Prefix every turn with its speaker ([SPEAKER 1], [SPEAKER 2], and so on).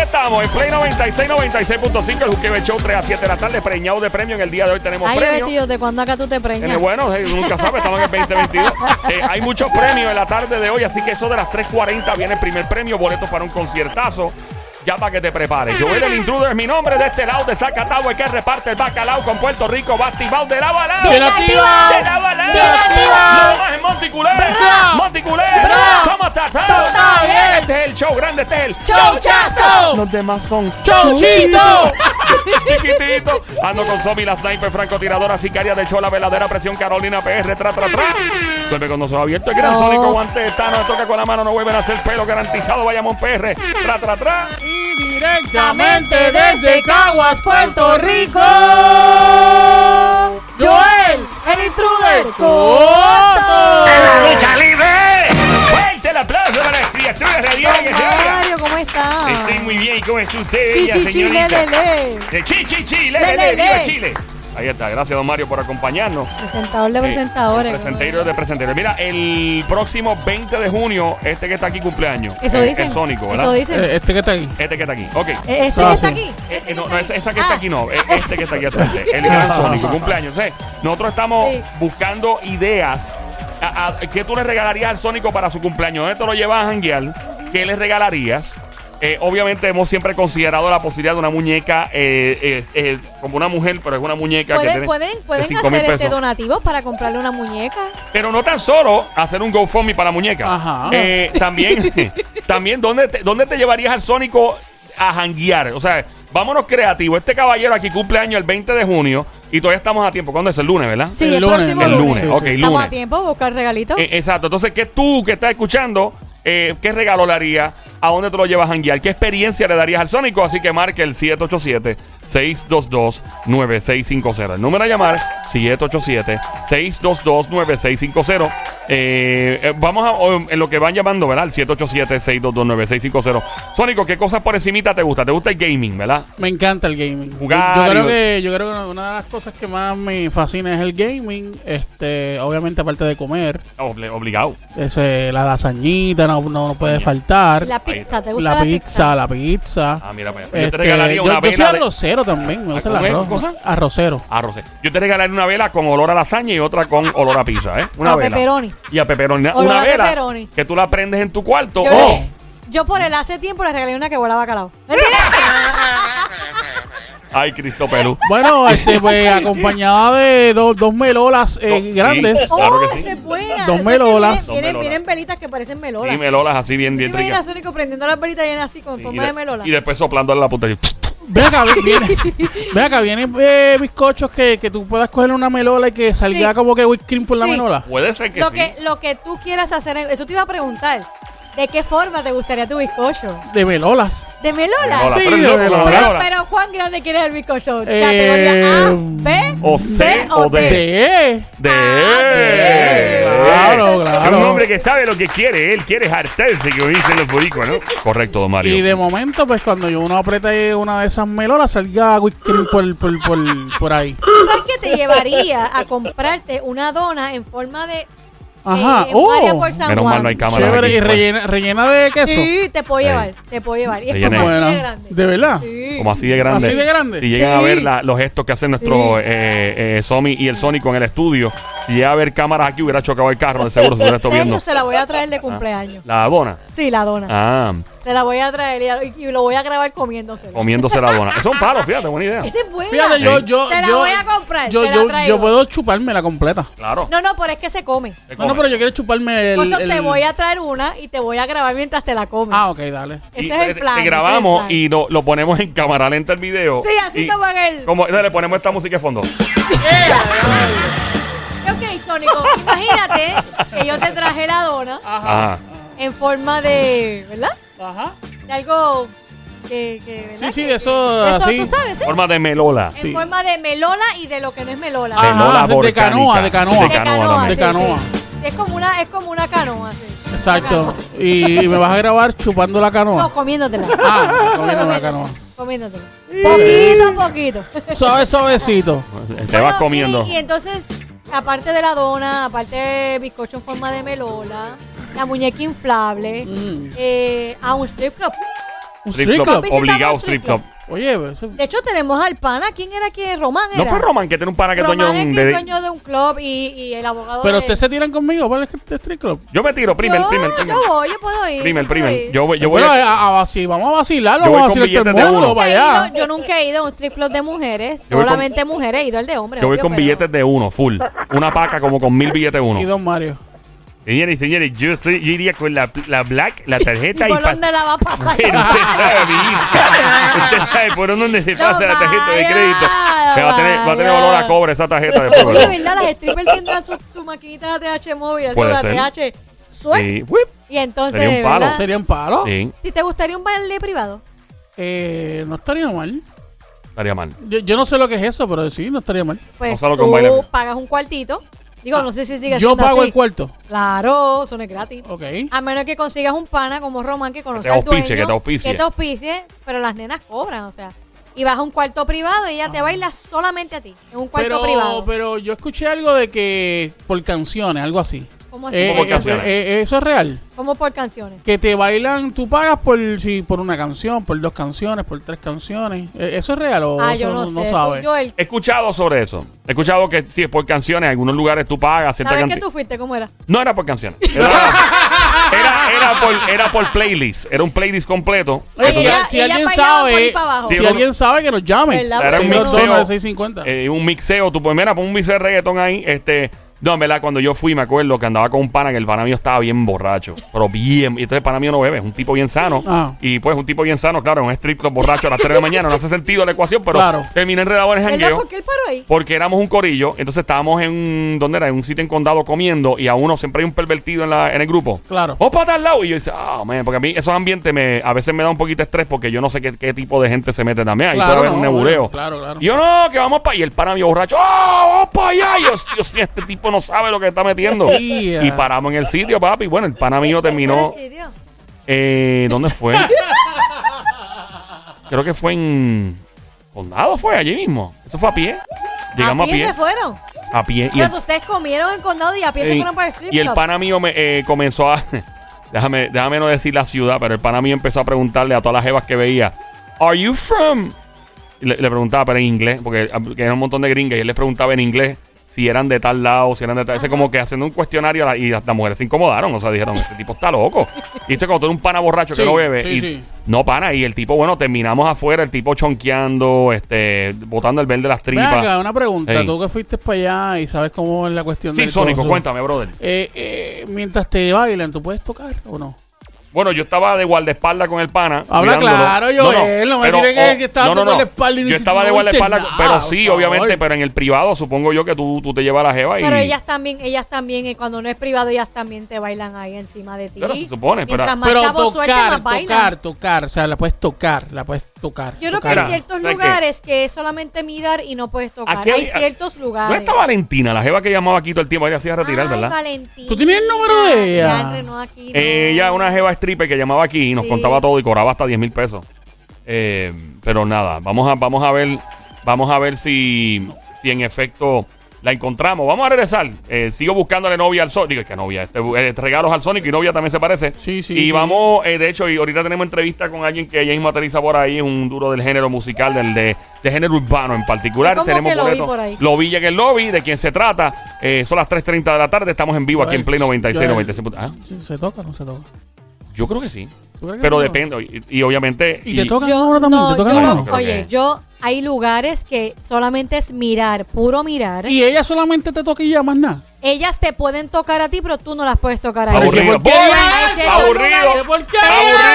[SPEAKER 1] estamos en Play 96, 96.5, el Juquebe Show 3 a 7 de la tarde, preñado de premio. En el día de hoy tenemos
[SPEAKER 2] Ay,
[SPEAKER 1] premios.
[SPEAKER 2] vecino, ¿de cuándo acá tú te
[SPEAKER 1] En el-
[SPEAKER 2] preñas?
[SPEAKER 1] bueno, eh, nunca sabes, estamos en el 2022. Eh, hay muchos premios en la tarde de hoy, así que eso de las 3.40 viene el primer premio, boletos para un conciertazo. Ya para que te prepares. Yo el intruder, es mi nombre de este lado de Zacatau, el que reparte el bacalao con Puerto Rico, Bastibao de la balada.
[SPEAKER 2] ¡Bien activado!
[SPEAKER 1] ¡De la balada!
[SPEAKER 2] ¡Bien activado!
[SPEAKER 1] ¡No más en Monticulé!
[SPEAKER 2] ¡Bravo!
[SPEAKER 1] ¡Monticulé!
[SPEAKER 2] ¡Bravo!
[SPEAKER 1] ¿Cómo estás?
[SPEAKER 2] ¡Todo está bien!
[SPEAKER 1] Este es el show grande, este es el
[SPEAKER 2] ¡Chauchazo!
[SPEAKER 1] Los demás son
[SPEAKER 2] ¡Chauchito!
[SPEAKER 1] chiquitito. Ando con Somi, la sniper, francotiradora, sicaria de Chola, veladera, presión, Carolina, PR, tra, tra, tra. Duerme con nosotros abiertos. El gran
[SPEAKER 2] No.
[SPEAKER 1] sónico, guante de Thanos, toca con la mano, no vuelven a hacer pelo, garantizado, Bayamón PR, tra, tra, tra.
[SPEAKER 3] Y directamente
[SPEAKER 2] Directamente desde Caguas, Puerto Rico. Joel, el intruder. Coto.
[SPEAKER 1] ¡Lucha libre! ¡Fuerte el aplauso para las criaturas de Dios que se oiga.
[SPEAKER 2] Mario, ¿cómo estás?
[SPEAKER 1] Estoy muy bien, ¿cómo es usted, bella
[SPEAKER 2] Pichichi,
[SPEAKER 1] señorita?
[SPEAKER 2] lelele.
[SPEAKER 1] Eh, chi, chi, chi, le,
[SPEAKER 2] Le,
[SPEAKER 1] le, le,
[SPEAKER 2] le, le.
[SPEAKER 1] viva Chile. Ahí está, gracias don Mario por acompañarnos.
[SPEAKER 2] Presentador de
[SPEAKER 1] Sí,
[SPEAKER 2] presentadores.
[SPEAKER 1] Presentadores de presentadores. Mira, el próximo 20 de junio, este que está aquí cumpleaños.
[SPEAKER 2] Eso
[SPEAKER 1] eh,
[SPEAKER 2] dicen.
[SPEAKER 1] Es Sónico, ¿verdad?
[SPEAKER 2] Eso dicen.
[SPEAKER 3] Eh, Este que está ahí.
[SPEAKER 1] Este que está aquí. Ok. Eh,
[SPEAKER 2] Eh, ¿Este
[SPEAKER 3] Ah,
[SPEAKER 2] que está
[SPEAKER 3] sí.
[SPEAKER 2] aquí?
[SPEAKER 1] eh, no, no, esa, esa que
[SPEAKER 2] Ah.
[SPEAKER 1] está aquí no, eh, este que está aquí atrás. El gran Sónico, cumpleaños. Entonces, nosotros estamos
[SPEAKER 2] Sí.
[SPEAKER 1] buscando ideas. A, a- ¿Qué tú le regalarías al Sónico para su cumpleaños? ¿Dónde te lo llevas a janguear? ¿Qué le regalarías? Eh, obviamente hemos siempre considerado la posibilidad de una muñeca eh, eh, eh, como una mujer, pero es una muñeca que
[SPEAKER 2] ¿Pueden,
[SPEAKER 1] tiene
[SPEAKER 2] pueden,
[SPEAKER 1] de
[SPEAKER 2] pueden
[SPEAKER 1] 5 mil
[SPEAKER 2] hacer este
[SPEAKER 1] pesos.
[SPEAKER 2] donativo para comprarle una muñeca.
[SPEAKER 1] Pero no tan solo hacer un GoFundMe para la muñeca.
[SPEAKER 3] Ajá.
[SPEAKER 1] Eh, también, también ¿dónde, te, ¿dónde te llevarías al Sónico a janguear? O sea, vámonos creativo. Este caballero aquí cumple año el 20 de junio y todavía estamos a tiempo. ¿Cuándo es el lunes, verdad?
[SPEAKER 2] Sí,
[SPEAKER 3] El
[SPEAKER 2] el,
[SPEAKER 3] lunes,
[SPEAKER 2] próximo
[SPEAKER 1] El
[SPEAKER 3] lunes.
[SPEAKER 1] lunes,
[SPEAKER 3] Sí,
[SPEAKER 1] ok,
[SPEAKER 3] sí.
[SPEAKER 2] Estamos a
[SPEAKER 1] lunes.
[SPEAKER 2] tiempo de buscar regalitos.
[SPEAKER 1] Eh, exacto. Entonces, ¿qué tú que estás escuchando? eh, ¿Qué regalo le harías? ¿A dónde te lo llevas a janguear? ¿Qué experiencia le darías al Sónico? Así que marque el 787-622-9650. El número a llamar, 787-622-9650. Eh, eh, vamos a, o, en lo que van llamando, ¿verdad? El 787-622-9650. Sónico, ¿qué cosas por encimita te gusta? ¿Te gusta el gaming, verdad?
[SPEAKER 3] Me encanta el gaming.
[SPEAKER 1] Jugar
[SPEAKER 3] yo, yo
[SPEAKER 1] y-
[SPEAKER 3] creo que yo creo que una- una de las cosas que más me fascina es el gaming. Este, obviamente aparte de comer,
[SPEAKER 1] Obli- obligado.
[SPEAKER 3] ese, la lasañita no, no, no puede faltar.
[SPEAKER 2] la pizza, ¿te gusta la,
[SPEAKER 3] La pizza, la pizza.
[SPEAKER 1] Ah, mira, pues, yo te
[SPEAKER 3] Este,
[SPEAKER 1] regalaría
[SPEAKER 3] yo,
[SPEAKER 1] una
[SPEAKER 3] yo
[SPEAKER 1] vela
[SPEAKER 3] soy
[SPEAKER 1] de-
[SPEAKER 3] arrocero también, me gusta el
[SPEAKER 1] ¿Cómo es?
[SPEAKER 3] arroz.
[SPEAKER 1] ¿Cosa?
[SPEAKER 3] Arrocero.
[SPEAKER 1] arroz. Yo te regalaré una vela con olor a lasaña y otra con olor a pizza, ¿eh? Una
[SPEAKER 2] A
[SPEAKER 1] vela.
[SPEAKER 2] pepperoni.
[SPEAKER 1] Y a pepperoni. Una-
[SPEAKER 2] Olor
[SPEAKER 1] una
[SPEAKER 2] a
[SPEAKER 1] vela
[SPEAKER 2] pepperoni.
[SPEAKER 1] que tú la prendes en tu cuarto.
[SPEAKER 2] Yo,
[SPEAKER 1] ¡Oh!
[SPEAKER 2] yo por el hace tiempo le regalé una que volaba bacalao. ¡Mentira!
[SPEAKER 1] Ay, Cristo Perú.
[SPEAKER 3] Bueno, este, pues acompañada de dos, dos melolas eh,
[SPEAKER 1] Oh, sí.
[SPEAKER 3] grandes.
[SPEAKER 1] Claro que
[SPEAKER 2] ¡Oh,
[SPEAKER 1] sí.
[SPEAKER 2] ese buena!
[SPEAKER 3] Dos
[SPEAKER 2] Eso que
[SPEAKER 3] melolas.
[SPEAKER 2] Vienen,
[SPEAKER 1] Dos melolas.
[SPEAKER 2] vienen, vienen velitas que parecen melolas.
[SPEAKER 1] Y melolas así bien,
[SPEAKER 2] ¿Te
[SPEAKER 1] bien
[SPEAKER 2] imaginas
[SPEAKER 1] ricas.
[SPEAKER 2] Sónico prendiendo las velitas y vienen así con
[SPEAKER 1] Y,
[SPEAKER 2] forma de
[SPEAKER 1] de-
[SPEAKER 2] melola?
[SPEAKER 1] y después soplándole la puta. y-
[SPEAKER 3] Ve acá, vi- viene, ve acá, vienen eh, bizcochos que, que tú puedas coger una melola y que salga
[SPEAKER 2] Sí.
[SPEAKER 3] como que whipped cream por la
[SPEAKER 2] Sí.
[SPEAKER 3] melola.
[SPEAKER 1] Puede ser que
[SPEAKER 2] lo,
[SPEAKER 1] sí.
[SPEAKER 2] que, lo que tú quieras hacer, en- eso te iba a preguntar. ¿De qué forma te gustaría tu bizcocho?
[SPEAKER 3] De melolas.
[SPEAKER 2] ¿De melola?
[SPEAKER 1] Melola,
[SPEAKER 3] Sí,
[SPEAKER 1] pero es loco, la
[SPEAKER 3] de
[SPEAKER 2] Pero,
[SPEAKER 3] melola.
[SPEAKER 1] melola.
[SPEAKER 2] pero ¿cuán grande quieres el bizcocho?
[SPEAKER 3] Eh,
[SPEAKER 2] ¿Categoría A, Ah, B,
[SPEAKER 1] o C
[SPEAKER 2] B
[SPEAKER 1] o D.
[SPEAKER 3] De.
[SPEAKER 1] De.
[SPEAKER 3] Claro,
[SPEAKER 1] Es un
[SPEAKER 3] claro.
[SPEAKER 1] hombre que sabe lo que quiere. Él quiere jartarse, que dicen los boricuas, ¿no? Correcto, don Mario.
[SPEAKER 3] Y de momento, pues cuando yo uno aprieta una de esas melolas, salga whipped cream por, por, por, por ahí.
[SPEAKER 2] ¿Tú ¿Sabes qué te llevaría a comprarte una dona en forma de...
[SPEAKER 3] Ajá,
[SPEAKER 2] en María
[SPEAKER 3] oh.
[SPEAKER 2] por San
[SPEAKER 1] Menos
[SPEAKER 2] Juan?
[SPEAKER 1] mal no hay cámara.
[SPEAKER 3] Chévere,
[SPEAKER 1] aquí,
[SPEAKER 3] y
[SPEAKER 1] pues.
[SPEAKER 3] rellena, rellena de queso.
[SPEAKER 2] Sí, te puedo llevar,
[SPEAKER 1] Ahí.
[SPEAKER 2] te puedo llevar. Y es
[SPEAKER 1] Rellena
[SPEAKER 2] como
[SPEAKER 1] de-
[SPEAKER 2] así de
[SPEAKER 3] Buena.
[SPEAKER 2] grande.
[SPEAKER 3] ¿De verdad?
[SPEAKER 2] Sí.
[SPEAKER 1] Como así de grande.
[SPEAKER 3] Así de grande.
[SPEAKER 1] Si llegan a
[SPEAKER 3] Sí.
[SPEAKER 1] ver la- los gestos que hacen nuestro eh, eh, Somi y el Sónico en el estudio, si llega a ver cámaras aquí, hubiera chocado el carro, de seguro, si hubiera estado
[SPEAKER 2] De
[SPEAKER 1] viendo.
[SPEAKER 2] hecho, se la voy a traer de cumpleaños.
[SPEAKER 1] La dona.
[SPEAKER 2] Sí, la dona.
[SPEAKER 1] Ah,
[SPEAKER 2] Se la voy a traer y, y lo voy a grabar comiéndose.
[SPEAKER 1] comiéndose la dona. Eso es un paro, fíjate, buena idea.
[SPEAKER 2] Esa es buena.
[SPEAKER 3] Fíjate, yo, yo,
[SPEAKER 2] Te la
[SPEAKER 3] yo,
[SPEAKER 2] voy a comprar,
[SPEAKER 3] Yo,
[SPEAKER 2] te la
[SPEAKER 3] yo,
[SPEAKER 2] traigo.
[SPEAKER 3] yo puedo chuparme la completa.
[SPEAKER 1] Claro.
[SPEAKER 2] No, no, pero es que se come.
[SPEAKER 1] se
[SPEAKER 3] No, no,
[SPEAKER 1] come.
[SPEAKER 3] pero yo quiero chuparme el.
[SPEAKER 2] Por eso
[SPEAKER 3] el-
[SPEAKER 2] te voy a traer una y te voy a grabar mientras te la comes.
[SPEAKER 3] Ah, ok, dale.
[SPEAKER 2] ese
[SPEAKER 1] Y
[SPEAKER 2] es el
[SPEAKER 1] te-
[SPEAKER 2] plan.
[SPEAKER 1] Te grabamos y lo, lo ponemos en cámara lenta el video.
[SPEAKER 2] Sí, así
[SPEAKER 1] y
[SPEAKER 2] como en el-
[SPEAKER 1] Como, le ponemos esta música de fondo.
[SPEAKER 2] Eh, Ok, Sónico, imagínate que yo te traje la dona
[SPEAKER 1] Ajá.
[SPEAKER 2] en forma de. ¿Verdad?
[SPEAKER 3] Ajá.
[SPEAKER 2] De algo que. que ¿verdad?
[SPEAKER 3] Sí, sí,
[SPEAKER 2] Que-
[SPEAKER 3] eso
[SPEAKER 2] que-
[SPEAKER 3] así.
[SPEAKER 2] Eso tú sabes, ¿sí?
[SPEAKER 1] Forma de melola.
[SPEAKER 2] En forma de melola y de lo que no es melola.
[SPEAKER 3] Ajá,
[SPEAKER 1] Melola
[SPEAKER 3] de
[SPEAKER 1] volcánica.
[SPEAKER 3] canoa, Ah, de canoa.
[SPEAKER 1] De canoa
[SPEAKER 2] sí,
[SPEAKER 3] De
[SPEAKER 1] también.
[SPEAKER 3] canoa.
[SPEAKER 2] sí. Es como una, es como una canoa, sí.
[SPEAKER 3] Exacto. Y, y me vas a grabar chupando la
[SPEAKER 2] No,
[SPEAKER 3] canoa.
[SPEAKER 2] comiéndotela.
[SPEAKER 3] Ah, comiendo la canoa.
[SPEAKER 2] Comiéndotela. Poquito a poquito.
[SPEAKER 3] Suave, suavecito.
[SPEAKER 1] Te vas
[SPEAKER 2] Bueno,
[SPEAKER 1] comiendo.
[SPEAKER 2] Y, y entonces, aparte de la dona, aparte de bizcocho en
[SPEAKER 3] Mm.
[SPEAKER 2] forma de melola, la muñeca inflable, eh, a un strip club.
[SPEAKER 3] Un
[SPEAKER 1] Strip
[SPEAKER 3] strip
[SPEAKER 1] club.
[SPEAKER 3] club.
[SPEAKER 2] Visitamos
[SPEAKER 1] Obligado
[SPEAKER 2] un
[SPEAKER 1] strip
[SPEAKER 2] strip
[SPEAKER 1] club.
[SPEAKER 2] club.
[SPEAKER 3] Oye, pues, eso-
[SPEAKER 2] De hecho, tenemos al pana. ¿Quién era que Román era?
[SPEAKER 1] No fue Román que tiene un pana que es dueño
[SPEAKER 2] Román
[SPEAKER 1] de
[SPEAKER 2] es
[SPEAKER 1] un-
[SPEAKER 2] que es
[SPEAKER 1] de-
[SPEAKER 2] dueño de un club y, y el abogado
[SPEAKER 3] pero
[SPEAKER 2] de-
[SPEAKER 3] ustedes se tiran conmigo para el strip club.
[SPEAKER 1] Yo me tiro, primer,
[SPEAKER 2] yo,
[SPEAKER 1] primer, primer.
[SPEAKER 2] yo voy, yo puedo ir.
[SPEAKER 1] Primer,
[SPEAKER 2] yo puedo
[SPEAKER 1] primer.
[SPEAKER 2] ir.
[SPEAKER 1] Yo voy, Pues yo voy.
[SPEAKER 3] Bueno, eh,
[SPEAKER 1] a-
[SPEAKER 3] a- a vacilar, vamos a vacilar,
[SPEAKER 1] Yo
[SPEAKER 3] lo
[SPEAKER 1] voy
[SPEAKER 3] vamos a
[SPEAKER 1] con
[SPEAKER 3] vacilar todo el
[SPEAKER 1] billetes de
[SPEAKER 3] mundo
[SPEAKER 1] uno.
[SPEAKER 3] para
[SPEAKER 2] Nunca he
[SPEAKER 3] allá.
[SPEAKER 2] ido- yo nunca he ido a un strip club de mujeres,
[SPEAKER 1] Yo voy con-
[SPEAKER 2] solamente mujeres, he ido al de hombres.
[SPEAKER 1] Yo voy
[SPEAKER 2] obvio,
[SPEAKER 1] con
[SPEAKER 2] pero-
[SPEAKER 1] billetes de uno, full. Una paca como con mil billetes de
[SPEAKER 3] Y
[SPEAKER 1] uno.
[SPEAKER 3] don Mario.
[SPEAKER 1] Señores y señores, yo, estoy, yo iría con la, la black, la tarjeta y,
[SPEAKER 2] ¿Por
[SPEAKER 1] pa-
[SPEAKER 2] dónde la va a pasar?
[SPEAKER 1] Pero usted sabe, mi hija. Usted sabe por dónde se pasa la tarjeta de crédito. Que va a tener, va a tener valor a cobre esa tarjeta después.
[SPEAKER 2] Oye,
[SPEAKER 1] ¿verdad?
[SPEAKER 2] ¿verdad? Las strippers tendrán su, su maquinita de TH móvil, así,
[SPEAKER 1] Puede
[SPEAKER 2] la
[SPEAKER 1] ser.
[SPEAKER 2] TH suelta.
[SPEAKER 1] Sí, whip.
[SPEAKER 2] Y entonces,
[SPEAKER 1] Sería un palo.
[SPEAKER 2] ¿verdad?
[SPEAKER 3] ¿Sería un palo?
[SPEAKER 1] Sí,
[SPEAKER 2] Si te gustaría un baile privado,
[SPEAKER 3] Eh, no estaría mal.
[SPEAKER 1] estaría mal.
[SPEAKER 3] Yo, yo no sé lo que es eso, pero sí, no estaría mal.
[SPEAKER 2] pues
[SPEAKER 1] No salgo con
[SPEAKER 2] tú
[SPEAKER 1] baile privado. Ah,
[SPEAKER 2] pagas un cuartito. Digo, no sé si sigue
[SPEAKER 3] Yo
[SPEAKER 2] siendo
[SPEAKER 3] pago
[SPEAKER 2] así. Ah,
[SPEAKER 3] el cuarto.
[SPEAKER 2] Claro, eso no es gratis.
[SPEAKER 3] Ok.
[SPEAKER 2] A menos que consigas un pana como Román que conozca
[SPEAKER 1] te
[SPEAKER 2] al
[SPEAKER 1] auspicie,
[SPEAKER 2] dueño,
[SPEAKER 1] que te auspicie.
[SPEAKER 2] Que te auspicie, pero las nenas cobran, o sea. Y vas a un cuarto privado y ella
[SPEAKER 1] Ah.
[SPEAKER 2] te baila solamente a ti, en un cuarto
[SPEAKER 3] Pero,
[SPEAKER 2] privado.
[SPEAKER 3] pero yo escuché algo de que por canciones, algo así.
[SPEAKER 2] ¿Cómo así?
[SPEAKER 3] Eh,
[SPEAKER 1] Como por
[SPEAKER 3] eh,
[SPEAKER 1] canciones.
[SPEAKER 3] eh, eh, eso es real.
[SPEAKER 2] Como por canciones.
[SPEAKER 3] Que te bailan, tú pagas por si por una canción, por dos canciones, por tres canciones. Eh, ¿Eso es real o
[SPEAKER 2] Ah,
[SPEAKER 3] eso
[SPEAKER 2] yo no, sé.
[SPEAKER 3] sabes?
[SPEAKER 2] Yo el-
[SPEAKER 1] He escuchado sobre eso. He escuchado que si es por canciones, en algunos lugares tú pagas cierta
[SPEAKER 2] ¿Sabes que
[SPEAKER 1] cantidad.
[SPEAKER 2] tú fuiste? ¿Cómo era?
[SPEAKER 1] No era por canciones. Era, era, era por, era por playlist. Era un playlist completo.
[SPEAKER 3] Oye, si,
[SPEAKER 2] Ella-
[SPEAKER 3] si
[SPEAKER 2] ella
[SPEAKER 3] alguien
[SPEAKER 2] bailaba por ahí
[SPEAKER 3] sabe,
[SPEAKER 2] para abajo.
[SPEAKER 1] Sí,
[SPEAKER 3] si
[SPEAKER 1] uno-
[SPEAKER 3] alguien sabe que nos llame.
[SPEAKER 2] ¿Verdad? Era un
[SPEAKER 3] 622
[SPEAKER 1] mixeo,
[SPEAKER 3] 9650.
[SPEAKER 1] eh, un mixeo. Tú, pues, mira, pon un mixeo de reggaetón ahí. Este, no, en verdad, cuando yo fui, me acuerdo que andaba con un pana que el pana mío estaba bien borracho. Pero bien. Y entonces el pana mío no bebe, es un tipo bien sano.
[SPEAKER 3] Ah.
[SPEAKER 1] Y pues, un tipo bien sano, claro, en un strip club borracho a las 3 de la mañana. No hace sentido la ecuación, pero
[SPEAKER 3] Claro.
[SPEAKER 1] terminé enredado en el
[SPEAKER 2] ¿Verdad?
[SPEAKER 1] jangueo.
[SPEAKER 2] ¿Por qué él paró ahí?
[SPEAKER 1] Porque éramos un corillo, entonces estábamos en un, ¿dónde era? En un sitio en condado comiendo y a uno siempre hay un pervertido en, la, en el grupo.
[SPEAKER 3] Claro.
[SPEAKER 1] Vamos para tal lado. Y yo dice, ah, man, porque a mí esos ambientes me, a veces me da un poquito de estrés porque yo no sé qué, qué tipo de gente se mete también. Ahí puede
[SPEAKER 3] Claro,
[SPEAKER 1] haber un
[SPEAKER 3] no,
[SPEAKER 1] nebuleo.
[SPEAKER 3] bueno, claro, claro.
[SPEAKER 1] Y yo no, que vamos para Y el pana mío borracho, ah, vamos para allá. Y yo, Dios mío, este tipo no sabe lo que está metiendo.
[SPEAKER 3] Yeah.
[SPEAKER 1] Y paramos en el sitio, papi. Bueno, el pana mío terminó.
[SPEAKER 2] ¿Cuál sitio?
[SPEAKER 1] Eh, ¿Dónde fue? Creo que fue en. Condado fue allí mismo. Eso fue a pie. Llegamos
[SPEAKER 2] ¿A
[SPEAKER 1] a
[SPEAKER 2] pie
[SPEAKER 1] pie.
[SPEAKER 2] se fueron?
[SPEAKER 1] A pie. Y
[SPEAKER 2] Pero
[SPEAKER 1] el,
[SPEAKER 2] ustedes comieron en condado y a pie se
[SPEAKER 1] y-
[SPEAKER 2] fueron para el strip
[SPEAKER 1] y el
[SPEAKER 2] club.
[SPEAKER 1] pana mío me, eh, comenzó a. déjame, déjame no decir la ciudad, pero el pana mío empezó a preguntarle a todas las jevas que veía: ¿Are you from? Y Le, le preguntaba, pero en inglés, porque ah, que era un montón de gringas y él les preguntaba en inglés si eran de tal lado, si eran de tal. Ese como que haciendo un cuestionario a la- y las, las mujeres se incomodaron. O sea, dijeron: Este tipo está loco. Y esto cuando tú eres un pana borracho que
[SPEAKER 3] Sí,
[SPEAKER 1] no bebe.
[SPEAKER 3] sí,
[SPEAKER 1] y,
[SPEAKER 3] sí.
[SPEAKER 1] No, pana. Y el tipo, bueno, terminamos afuera, el tipo chonqueando, este, botando el verde de las
[SPEAKER 3] Ven
[SPEAKER 1] tripas.
[SPEAKER 3] acá, una pregunta.
[SPEAKER 1] Ey.
[SPEAKER 3] Tú que fuiste para allá y sabes cómo es la cuestión
[SPEAKER 1] sí,
[SPEAKER 3] del
[SPEAKER 1] Sónico,
[SPEAKER 3] coso.
[SPEAKER 1] cuéntame, brother.
[SPEAKER 3] Eh, eh, mientras te bailan, ¿tú puedes tocar o no?
[SPEAKER 1] Bueno, yo estaba de guardaespaldas con el pana.
[SPEAKER 3] Habla
[SPEAKER 1] mirándolo.
[SPEAKER 3] claro, Joel, no me
[SPEAKER 1] pero,
[SPEAKER 3] tires que- que estabas
[SPEAKER 1] no, no,
[SPEAKER 3] de
[SPEAKER 1] no.
[SPEAKER 3] guardaespaldas y ni
[SPEAKER 1] Yo
[SPEAKER 3] si-
[SPEAKER 1] estaba
[SPEAKER 3] no
[SPEAKER 1] de guardaespaldas,
[SPEAKER 3] viste
[SPEAKER 1] pero
[SPEAKER 3] nada,
[SPEAKER 1] sí,
[SPEAKER 3] por
[SPEAKER 1] obviamente,
[SPEAKER 3] favor.
[SPEAKER 1] pero en el privado supongo yo que tú, tú te llevas a la jeva y...
[SPEAKER 2] Pero ellas también, ellas también, eh, cuando no es privado, ellas también te bailan ahí encima de ti.
[SPEAKER 1] Claro, se supone, pero-
[SPEAKER 2] Mientras más
[SPEAKER 3] Pero
[SPEAKER 2] chavos suelten,
[SPEAKER 3] tocar,
[SPEAKER 2] más bailan.
[SPEAKER 3] tocar, tocar. O sea, la puedes tocar, la puedes tocar.
[SPEAKER 2] Yo creo que
[SPEAKER 3] tocar.
[SPEAKER 1] Mira,
[SPEAKER 2] hay ciertos
[SPEAKER 1] ¿sabes qué?
[SPEAKER 2] lugares que es solamente mirar y no puedes tocar.
[SPEAKER 1] Aquí
[SPEAKER 2] Hay
[SPEAKER 1] había-
[SPEAKER 2] ciertos
[SPEAKER 1] ¿Dónde
[SPEAKER 2] lugares.
[SPEAKER 1] está Valentina, la jeva que llamaba aquí todo el tiempo? Ella hacía retirar,
[SPEAKER 2] Ay,
[SPEAKER 1] ¿verdad?
[SPEAKER 2] Valentina.
[SPEAKER 3] ¿Tú tienes el número de ella?
[SPEAKER 2] Ya, no, aquí no.
[SPEAKER 1] Eh, Ella, una jeva stripper que llamaba aquí y nos
[SPEAKER 2] Sí.
[SPEAKER 1] contaba todo y cobraba hasta 10 mil pesos. Eh, pero nada, vamos a, vamos a ver, vamos a ver si, si en efecto la encontramos. Vamos a regresar. Eh, sigo buscándole novia al Sónico. Digo, que novia, este, eh, regalos al Sónico y novia también se parece.
[SPEAKER 3] Sí, sí,
[SPEAKER 1] Y
[SPEAKER 3] sí.
[SPEAKER 1] vamos, eh, de hecho, y ahorita tenemos entrevista con alguien que ella mismo aterriza por ahí, un duro del género musical, del de, de género urbano en particular.
[SPEAKER 2] ¿Cómo
[SPEAKER 1] tenemos
[SPEAKER 2] que lo vi
[SPEAKER 1] boletos.
[SPEAKER 2] por ahí?
[SPEAKER 1] Lo vi en el lobby, de quien se trata. Eh, son las 3.30 de la tarde, estamos en vivo
[SPEAKER 3] Pues,
[SPEAKER 1] aquí en Play 96,
[SPEAKER 3] Joel,
[SPEAKER 1] 96. ¿Ah?
[SPEAKER 3] ¿Se- ¿Se toca o no se toca?
[SPEAKER 1] Yo creo que sí.
[SPEAKER 3] ¿Tú crees que
[SPEAKER 1] Pero
[SPEAKER 3] no?
[SPEAKER 1] depende. Y, y obviamente.
[SPEAKER 3] ¿Y te
[SPEAKER 1] toca
[SPEAKER 3] tocan ahora también?
[SPEAKER 2] No,
[SPEAKER 3] ¿Te tocan
[SPEAKER 2] yo
[SPEAKER 3] ahora?
[SPEAKER 2] no-
[SPEAKER 1] Creo
[SPEAKER 2] oye,
[SPEAKER 1] que-
[SPEAKER 2] yo hay lugares que solamente es mirar, puro mirar.
[SPEAKER 3] Y ella solamente te toca y ya más nada.
[SPEAKER 2] Ellas te pueden tocar a ti, pero tú no las puedes tocar a
[SPEAKER 3] Pero
[SPEAKER 2] ellas.
[SPEAKER 1] Aburrido.
[SPEAKER 3] ¿qué porquería
[SPEAKER 1] Boy,
[SPEAKER 2] es eso?
[SPEAKER 1] Aburrido.
[SPEAKER 3] ¿Qué porquería